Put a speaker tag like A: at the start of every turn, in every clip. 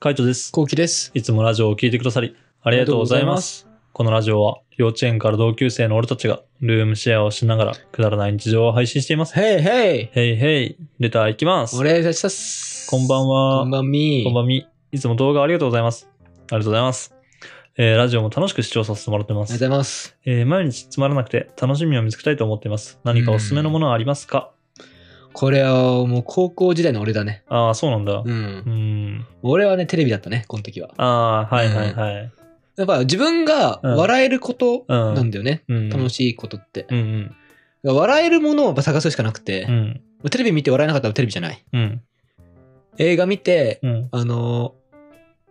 A: カイトです。
B: こうきです。
A: いつもラジオを聞いてくださり、ありがとうございます。このラジオは、幼稚園から同級生の俺たちが、ルームシェアをしながら、くだらない日常を配信しています。
B: ヘイヘイ
A: へいへい、レターいきます
B: お。願いいたします。
A: こんばんは
B: こんばんみ
A: こんばんみ。いつも動画ありがとうございます。ありがとうございます。えーラジオも楽しく視聴させてもらってま
B: ありがとうご
A: す。
B: ざいます。
A: えー毎日つまらなくて楽しみを見つけたいと思っています。何かおすすめのものはありますか
B: これはもう高校時代の俺だね。
A: ああ、そうなんだ。
B: う。
A: うんん。
B: 俺はね、テレビだったね、この時は。
A: ああ、はいはいはい。
B: やっぱ自分が笑えることなんだよね。
A: うん。
B: 楽
A: い。
B: しいことって。
A: うんうん。
B: 笑えるものをやっぱ探すしかなくて、
A: うん。
B: テレビ見て笑えなかったらテレビじゃない。
A: うん。
B: 映画見て、
A: うん。
B: あのー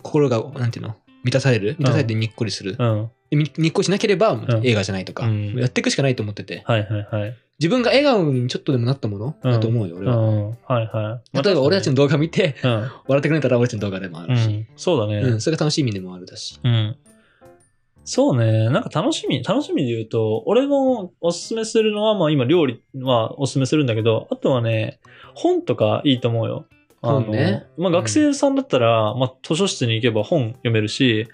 B: 心が、なんていうの満たされる満たされてにっこりする。
A: うん。
B: ににっこりしなければ
A: ん
B: 映画じゃないとか、
A: うん
B: やっていくしかないと思ってて、
A: はいはいはい。
B: 自分が笑顔にちょっとでもなったものだと思うよ、
A: う
B: 俺は。
A: ん。はいはい。
B: 例えば俺たちの動画見て、
A: の。
B: 笑ってくれたら俺たちの動画でもあ
A: うん。う
B: るし、
A: ん。そうだ
B: うん
A: ね。
B: それが楽しみでもあるだし。
A: うん。そうね。なんか楽しみ、楽しみで言うと、俺のおすすめするのは、まあ今料理はおすすめするんだけど、あとはね、本とかいいと思うよ。あの
B: 本ね
A: まあ学生さんだったら、まあ図書室に行けば本読めるし、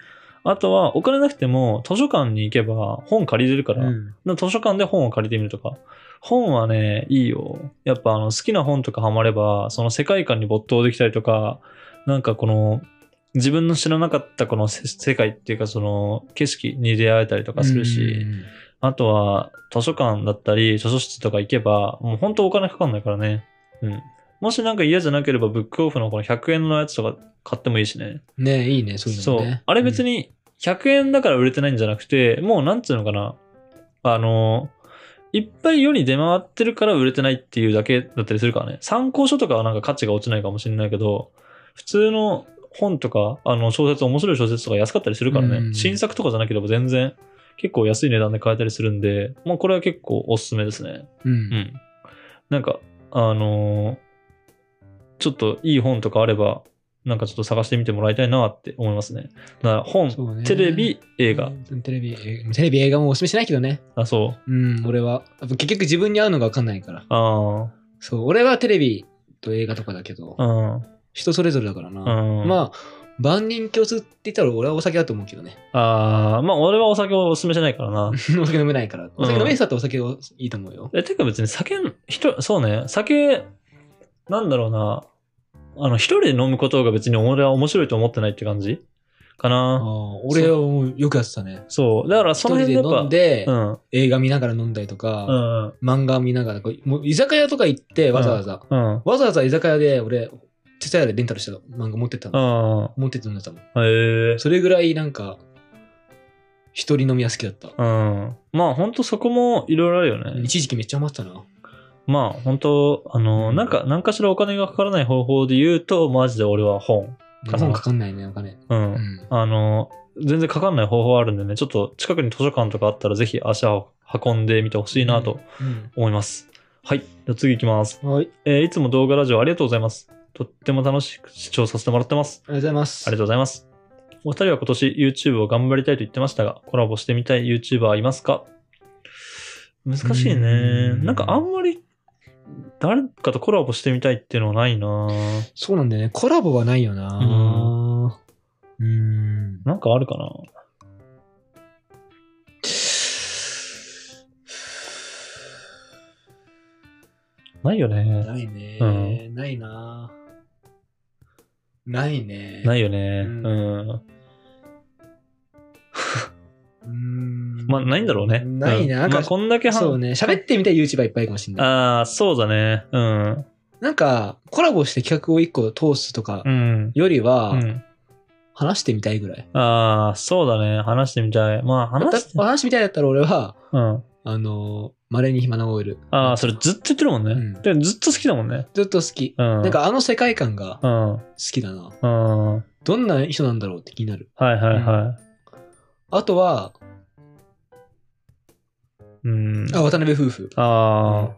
A: あとはお金なくても図書館に行けば本借りれるから、
B: うん
A: な図書館で本を借りてみるとか。本はね、いいよ。やっぱあの好きな本とかハマれば、その世界観に没頭できたりとか、なんかこの、自分の知らなかったこのせ世界っていうかその景色に出会えたりとかするし、
B: うん
A: あとは図書館だったり図書室とか行けば、もう本当お金かかんないからね。うん。もしなんか嫌じゃなければブックオフのこの100円のやつとか買ってもいいしね。
B: ねいいね、そういうのもね。
A: あれ別に100円だから売れてないんじゃなくて、もうなんつうのかな。あの、いっぱい世に出回ってるから売れてないっていうだけだったりするからね。参考書とかはなんか価値が落ちないかもしれないけど、普通の本とか、あの小説、面白い小説とか安かったりするからね。
B: うん
A: 新作とかじゃなければ全然結構安い値段で買えたりするんで、まあこれは結構おすすめですね。
B: うん、
A: う
B: うん
A: ん。なんか、あのーちょっといい本とかあれば、なんかちょっと探してみてもらいたいなって思いますね。だから本、
B: そうね
A: テレビ、映画。
B: うんテレビ、えテレビ、映画もおすすめしないけどね。
A: あ、そう。
B: うん、俺は。やっぱ結局自分に合うのが分かんないから。
A: あ
B: そう、俺はテレビと映画とかだけど、
A: あ、うん、
B: 人それぞれだからな。
A: うん。あ
B: まあ、万人共通って言ったら俺はお酒だと思うけどね。、
A: あーまあ、俺はお酒をお勧めじゃないからな。
B: お酒飲めないから。お酒飲める人だったらお酒をいいと思うよ。
A: え、てか別に酒、人、そうね、酒、なんだろうな、あの、一人で飲むことが別に俺は面白いと思ってないって感じか
B: あ
A: な。
B: あ 俺はもうよくやってたね。
A: そう。だからそ
B: 一
A: の
B: 人で
A: 辺でやっぱ、
B: 飲ん
A: う
B: で、
A: ん、
B: 映画見ながら飲んだりとか、
A: うん、
B: 漫画見ながらこうもう居酒屋とか行ってわざわざ、
A: うん、
B: わざわざ居酒屋で俺手伝いでレンタルした漫画持ってったの、
A: うん。
B: 持ってって飲んでたもん
A: へえ。
B: それぐらいなんか一人飲み屋好きだった、
A: うん。まあ本当そこもいろいろあるよね。
B: 一時期めっちゃ余ってたな
A: まあ本当あの、
B: うん
A: なんか、何かしらお金がかからない方法で言うと、マジで俺は本。かな
B: 本かかんないねお金
A: うん。
B: うん
A: あの、全然かかんない方法あるんでね、ちょっと近くに図書館とかあったらぜひ足を運んでみてほしいなと
B: うん
A: 思います。はい。じゃあ次行きます。
B: はいあり
A: えーいつも動画ラジオありがとうございます。とっても楽しく視聴させてもらってます。
B: がとうございます
A: ありがとうございます。お二人は今年 YouTube を頑張りたいと言ってましたが、コラボしてみたい YouTuber いますか難しいうね
B: ー。ん
A: なんかあんまり誰かとコラボしてみたいっていうのはないな
B: そうなんだよねコラボはないよなうんん
A: なんかあるかなないよね。
B: ないね、
A: う
B: ないなないね
A: ないいよね。う
B: うん
A: ん。
B: うん
A: まあ、ないんだろうね。
B: ないね
A: うん
B: なんか
A: まあ、こんだけは
B: そうね。喋ってみたい YouTuber いっぱいいるかもしれない。
A: ああ、そうだね。うん。
B: なんか、コラボして企画を一個通すとか
A: うん。
B: よりは
A: う、ん、
B: 話してみたいぐらい。
A: ああ、そうだね。話してみたい。まあ、
B: だ
A: 話して。
B: 話してみたいだったら俺は、
A: うん。
B: あの、稀に暇な OL。
A: ああ、それずっと言ってるもんね。
B: うん
A: でずっと好きだもんね。
B: ずっと好き。
A: うん。
B: なん、かあの世界観が好
A: うん。
B: きだな。
A: うん。はい
B: どんな人なんだろうって気になる。
A: はいは
B: あとは、
A: い。うん。
B: あ渡辺夫婦。
A: あ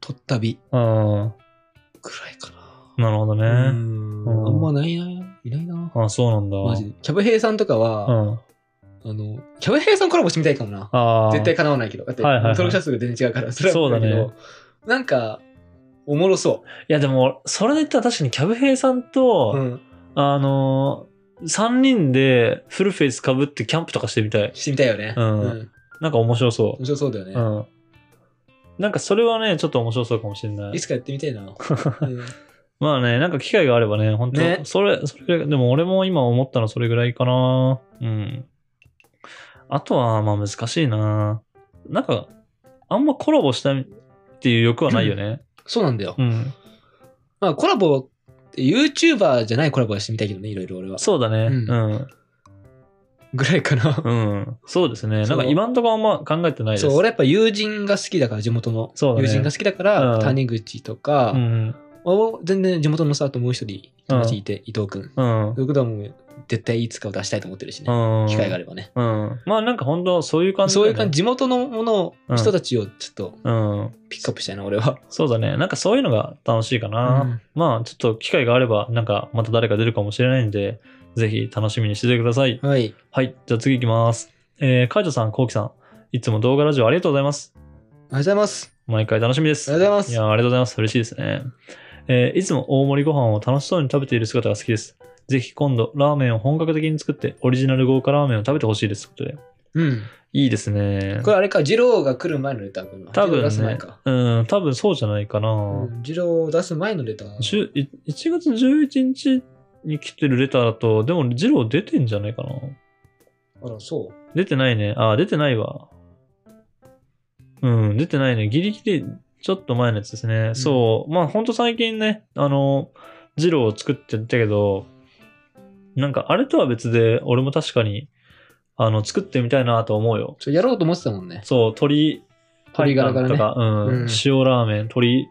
B: とったび
A: あ、うん。
B: ぐらいかな。
A: なるほど
B: う
A: ね。
B: ん
A: うん
B: あんまないな。いないな。
A: あそうなんだ。
B: マジで。キャブヘイさんとか
A: う
B: は、
A: ん。
B: あの、キャブヘイさんコラボしてみたいかもな。
A: ああ。
B: 絶対。叶わないけど。だって、
A: はいはいはい
B: 登録者数が全然違うから、それは
A: そうだね
B: けどなんか、おもろそ
A: いやでも、それで言ったら確かにキャブヘイさん
B: う。う
A: と、
B: ん。
A: あのー、3人でフルフェイス被ってキャンプとかしてみたい。
B: してみたいよね。
A: うんなんか面白そ
B: 面白そうだよ
A: う。う
B: ね。
A: ん。なんかそれはね、ちょっと面白そうかもしれない
B: い。つかやってみた いな。うん
A: まあね、なんか機会があればね、本当、
B: ね
A: それ、それぐらい、でも俺も今思ったのはそれぐらいかな。うん。あとは、まあ難しいな。なんか、あんまコラボしたいっていう欲はないよね。
B: そうなんだよ
A: う。ん。
B: まあコラボ、YouTuber じゃないコラボはしてみたいけどね、いろいろ俺は。
A: そうだね。
B: うん
A: うん。
B: ぐらいかな。
A: うん。そうですね。な
B: そうん
A: か今んとこあんま考えてないです。
B: そう、俺やっぱ友人が好きだから、地元の。
A: そうだね
B: 友人が好きだか
A: う
B: ら、
A: ん
B: 谷口とか、
A: うん。
B: お全然地元のさ、あともう一人友達いて、伊藤くん。
A: うん。
B: 僕はもう絶対いつかを出したいと思ってるしね。
A: うん。
B: 機会があればね。
A: うん。まあなんか本当そういう感じ、
B: そういう感。じ、地元のもの
A: う
B: を、
A: ん
B: 人たちをちょっと
A: うん。
B: ピックアップしたいな、俺は。
A: そうだね。なんかそういうのが楽しいかな。
B: うん
A: まあちょっと機会があれば、なんかまた誰か出るかもしれないんで、ぜひ楽しみにしててください。
B: はい。
A: はい。じゃあ次行きます。えー、カイトさん、コウキさん、いつも動画ラジオありがとうございます。
B: ありがとうございます。
A: 毎回楽しみです。
B: ありがとうございます
A: や、ありがとうございます。嬉しいですね。えーいつも大盛りご飯を楽しそうに食べている姿が好きです。ぜひ今度、ラーメンを本格的に作って、オリジナル豪華ラーメンを食べてほしいです。ということで。
B: うん。
A: いいですね。
B: これあれか、二郎が来る前のレターかな。
A: 多
B: 二郎
A: 分
B: 出す前
A: ね
B: か。、
A: うん、多分そうじゃないかな。
B: うん二郎を出す前のレター。
A: じゅい1月11日に来てるレターだと、でも、ジロー出てんじゃないかな。
B: あら、そう。
A: 出てないね。あ、出てないわ。うん、出てないね。ギリギリ、ちょっと前のやつですね。そう。まあ、ほんと最近ね、あの、ジローを作ってたけど、なんか、あれとは別で、俺も確かに、あの、作ってみたいなと思うよ。
B: それやろうと思ってたもんね。
A: そう、鶏、
B: 鶏ガラガラ
A: 白湯
B: ね
A: とか、うん、
B: うん
A: 塩ラーメン、鶏、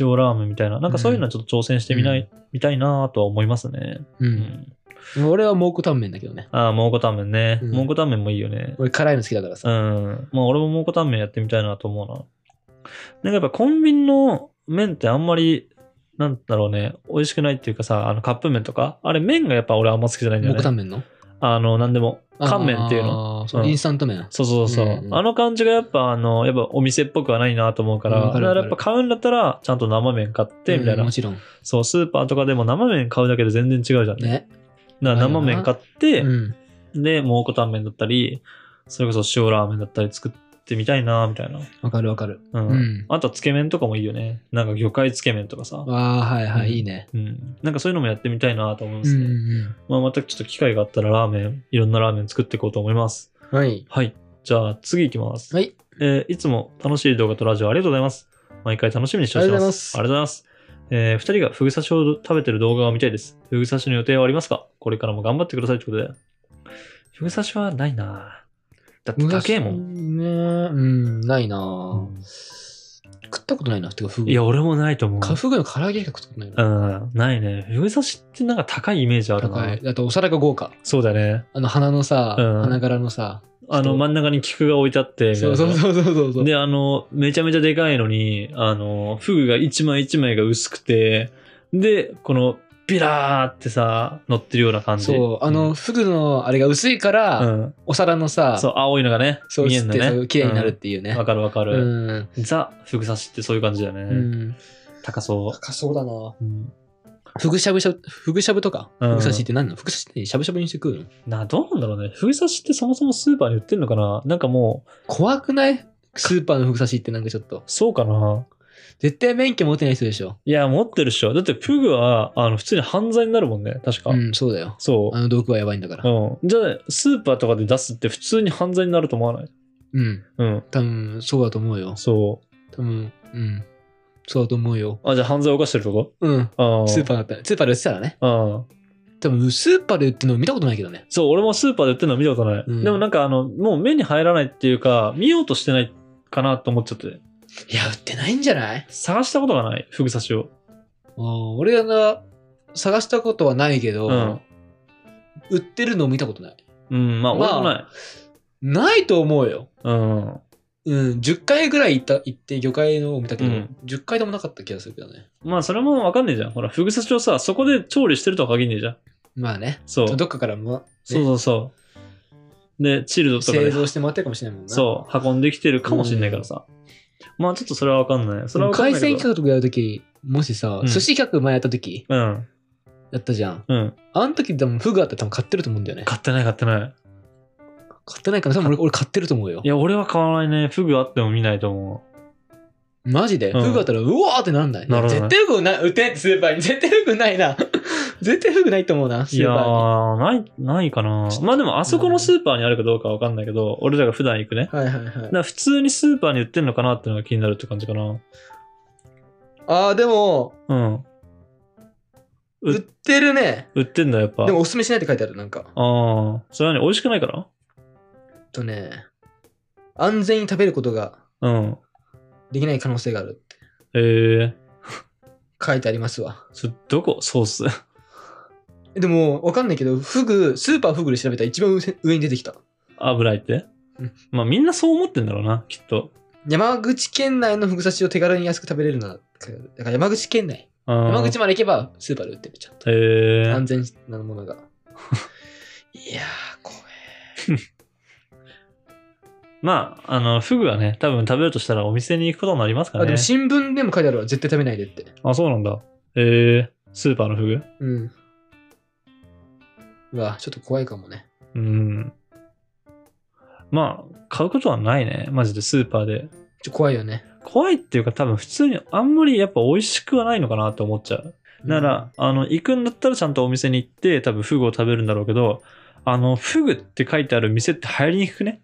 A: 塩ラーメンみたいな、なんかそういうのはちょっと挑戦してみない、みたいなとは思いますね。
B: う。
A: うんん。
B: 俺は蒙古タンメンだけどね。
A: ああ、蒙古タンメンね。
B: うん
A: 蒙古タンメンもいいよね。
B: 俺辛いの好きだから
A: う
B: さ。
A: ん。まあ俺も蒙古タンメンやってみたいなと思うな。なんかやっぱコンビニの麺ってあんまり、なんだろうね、美味しくないっていうかさ、あのカップ麺とか、あれ麺がやっぱ俺あんま好きじゃないんだ
B: 蒙
A: よね
B: 古タ。ンメンの
A: あの、なんでも。乾麺っていうの。
B: のそう
A: うん
B: インスタント麺。
A: そうそうそう。
B: うんうん
A: あの感じがやっぱ、あの、やっぱお店っぽくはないなと思うから、
B: うんわかるわか
A: だからや
B: る
A: っぱ買うんだったら、ちゃんと生麺買って、みたいな、
B: うんもちろん。
A: そう、スーパーとかでも生麺買うだけで全然違うじゃんね。
B: ね。
A: だから生麺買って、
B: うん。
A: で、蒙古タンメンだったり、それこそ塩ラーメンだったり作ってみたいな、みたいな。
B: わかるわかる。
A: うん。
B: うん。
A: あとはつけ麺とかもいいよね。なんか魚介つけ麺とかさ。
B: ああ、はいは
A: うん
B: い、いいね。
A: うん。なんかそういうのもやってみたいなと思いま
B: う
A: す
B: ん
A: ね。
B: う
A: まあまたちょっと機会があったらラーメン、いろんなラーメン作っていこうと思います。
B: ん。はい。
A: はい。じゃあ次行きます。
B: はい。
A: えーいつも楽しい動画とラジオありがとうございます。毎回楽しみにしております。
B: あ
A: ありがとうございます。えー、二人がふぐ刺しを食べてる動画を見たいです。ふぐ刺しの予定はありますかこれからも頑張ってくださいということで。ふぐ刺しはないなだって高えもん。
B: ん。ねうん、ないなぁ
A: うん
B: 食ったことないな、てか、フグ。
A: いや、俺もないと思う。
B: かフグの唐揚げが食ったことないな。
A: うん、ないね。ふぐ刺しってなんか高いイメージある
B: 高。。
A: ない
B: あと、お皿が豪華。
A: そうだね。
B: あの、花のさ、
A: うん
B: 花柄のさ。
A: あ
B: ち
A: の、
B: ょっと
A: 真ん中に菊が置いてあって、みたい
B: そ
A: な
B: うそうそうそうそうそう。
A: で、あの、めちゃめちゃでかいのに、あの、フグが一枚一枚が薄くて、で、この、ビラーってさ、乗ってるような感じ。
B: そう、あの、、フグのあれが薄いか
A: う
B: ら、
A: ん。
B: お皿のさ、
A: そう、青いのがね、
B: そう
A: 見え
B: 映
A: ん
B: っ
A: の
B: て、そう
A: ね。
B: 綺麗になるっていう
A: う
B: ね。
A: んわ、かるわか
B: う
A: る。
B: ん。
A: ザ・フグ刺しってそういう感じだよね。
B: うん。
A: 高そ
B: 高そうだな
A: う。うん
B: ふぐしゃぶしゃぶ、ふぐしゃぶとか、
A: うん
B: ふぐ刺しって何なのふぐ刺しってしゃぶしゃぶにして食うの
A: な、どうなんだろうね。フグ刺しってそもそもスーパーに売ってんのかななんかもう、
B: 怖くないスーパーのふぐ刺しってなんかちょっと。
A: そうかな。
B: 絶対免許持ってない人でしょ。
A: いや、持ってるっしょ。だって、フグは、あの、普通に犯罪になるもんね。確か。
B: うん、そうだよ。
A: そ
B: あの毒はやばいんだか
A: う。
B: ら。
A: うん。じゃあ、スーパーとかで出すって普通に犯罪になると思わない
B: うん。
A: うん。
B: 多分、そうだと思うよ。
A: そ
B: 多分、うん。そうだと思うよ。
A: う。あ、じゃあ犯罪を犯してるとこ
B: うん。
A: ああ。
B: スーパーだったら、スーパーで売ってたらね。
A: ああ。
B: 多分、スーパーで売ってるの見たことないけどね。
A: そう、俺もスーパーで売ってるの見たことない。
B: うん
A: でもなんか、あの、もう目に入らないっていうか、見ようとしてないかなと思っちゃって。
B: いや、売ってないんじゃない
A: 探したことがない、フグ刺しを。
B: あー俺が探したことはないけど、
A: うん
B: 売ってるの見たことない。
A: うん、まあ、
B: ま
A: 俺
B: あ
A: もない。
B: ないと思うよ。
A: うん。
B: うん、10回ぐらい行った行って魚介のを見たけど、
A: うん
B: 10回でもなかった気がするけどね。
A: まあ、それもわかんねえじゃん。ほら、フグ刺しをさ、そこで調理してるとは限んねえじゃん。
B: まあね、
A: そう。
B: どっかからも、
A: そう
B: ね
A: そうそう。で、チルドとか
B: 製
A: で
B: 造してもらってるかもしれないもんな。
A: そう、運んできてるかもしれないからさ。まあちょっとそれはわかんない。それはわかん
B: 海
A: ないけ
B: 鮮
A: ど。
B: 企画とかやるとき、もしさ、
A: うん
B: 寿司企画前やったとき、
A: うん。
B: やったじゃん。
A: うん。
B: あの時でもフグあったら多分買ってると思うんだよね。
A: 買ってない買ってない。
B: 買ってないかな多分俺俺買ってると思うよ
A: い。や、俺は買わないね。フグあっても見ないと思
B: マジで、
A: うん
B: フグあったらうわーってなんない。
A: ならない
B: 絶対フグない。売ってんってスーパーに。絶対フグないな。 絶対フグないと思うな、
A: う。
B: ス
A: い
B: ー
A: や
B: パ
A: ー、ない、ないかな
B: ちょっ。と
A: まあでも、あそこのスーパーにあるかどうかわかんないけど、俺らが普段行くね。
B: ーに。はいはいは
A: だ
B: い
A: か。ら普通にスーパーに売ってんのかなってのが気になるって感じかな。
B: あー、でも、
A: うん。う
B: 売ってるね。
A: 売ってんだ、やっぱ。
B: でもおすすめしないって書いてある、なんか。
A: ああ、それはね、美味しくないから
B: えっとね、安全に食べることが
A: うん。
B: できない可能性があるって
A: えー、
B: 書いてありますわ。
A: それどこソース。
B: でも、わかんないけど、フグ、スーパーフグで調べたら一番上上に出てきた。
A: 油いって
B: うん。
A: まあみんなそう思ってんだろうな、きっと。
B: 山口県内のフグ刺しを手軽に安く食べれるなら、だから山口県内。山
A: 山
B: 口まで行けばスーパーで売ってる、ちゃんと。
A: えー、
B: 安全なものが。 いやー、怖
A: まあ、あの、フグはね、多分食べるとしたらお店に行くことになりますか
B: い。あ、
A: らね
B: でも。新聞でも書いてあるわ、絶対食べないでって。
A: あ、そうなんだ。えー、スーパーのフグ
B: うん。うわ、ちょっと怖いかもね。
A: うん。まあ、買うことはないね、マジでスーパーで。
B: ちょっと怖いよね。
A: 怖いっていうか多分普通にあんまりやっぱ美味しくはないのかなって思っちゃう。なら、あの、行くんだったらちゃんとお店に行って、多分フグを食べるんだろうけど、あの、フグって書いてある店って流行りにくくね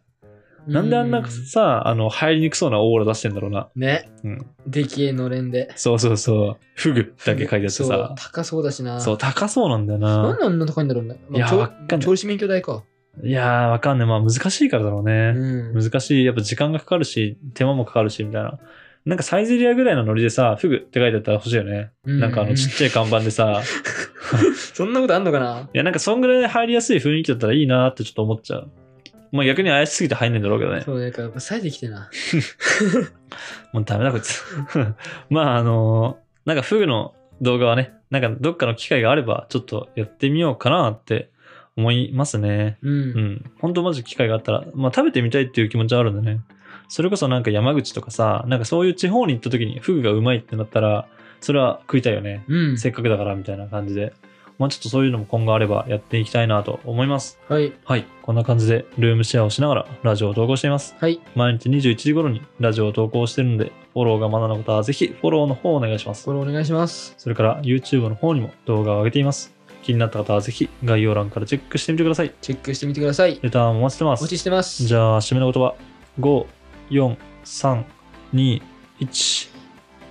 B: う、
A: なんであんなさ、あの、流行りにくそうなオーラ出してんだろうな。
B: ね、
A: うん。
B: でけえのれんで。
A: そうそうそう。フグだけ書いてあって
B: そう
A: さ。
B: 高そうだしな。
A: そう、高そうなんだよ
B: なん
A: な。
B: であんな高いんだろうね。まあ
A: いや
B: 調
A: わかんない
B: 調理師免許代か。
A: いやー、わかんない。まあ難しいからだろう
B: う
A: ね。
B: ん。
A: 難しい。やっぱ時間がかかるし、手間もかかるし、みたいな。なんかサイゼリアぐらいのノリでさ、フグって書いてあったら欲しいよね。
B: う
A: なんかあのちっちゃい看板でさ、
B: そんなことあんのかない
A: や、なんかそんぐらい入りやすい雰囲気だったらいいなーってちょっと思っちゃう。まあ逆に怪しすぎて入んないんだろうけどね。
B: そう、なんかやっぱ冴えてきてな。
A: もうダメだこいつ。 まああのーなんかフグの動画はね、なんかどっかの機会があればちょっとやってみようかなって思いますね。
B: う。
A: うんん。ほんとマジ機会があったら、まあ食べてみたいっていう気持ちはあるんだね。それこそなんか山口とかさ、なんかそういう地方に行った時にフグがうまいってなったら、それは食いたいよね。
B: うん。
A: せっかくだからみたいな感じで、まあ、ちょっとそういうのも今後あればやっていきたいなと思います。
B: はい。
A: はい、こんな感じでルームシェアをしながらラジオを投稿しています。
B: はい。
A: 毎日21時頃にラジオを投稿してるので、フォローがまだの方はぜひフォローの方をお願いします
B: こ。れお願いします。
A: それから YouTube の方にも動画を上げています。気になった方はぜひ概要欄からチェックしてみてください。
B: チェックしてみてください。
A: レターもお待ちしてま
B: お待
A: す。
B: ちしてます。
A: じゃあ、締めの言葉。5、4、3、2、1。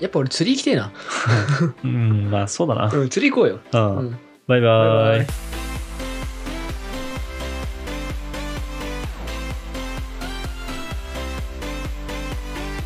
B: やっぱ俺釣り行きてえな。
A: うん、まあそうだな。
B: うん、釣り行こうよ。
A: う、
B: うんん。
A: バイバイ。
B: イ。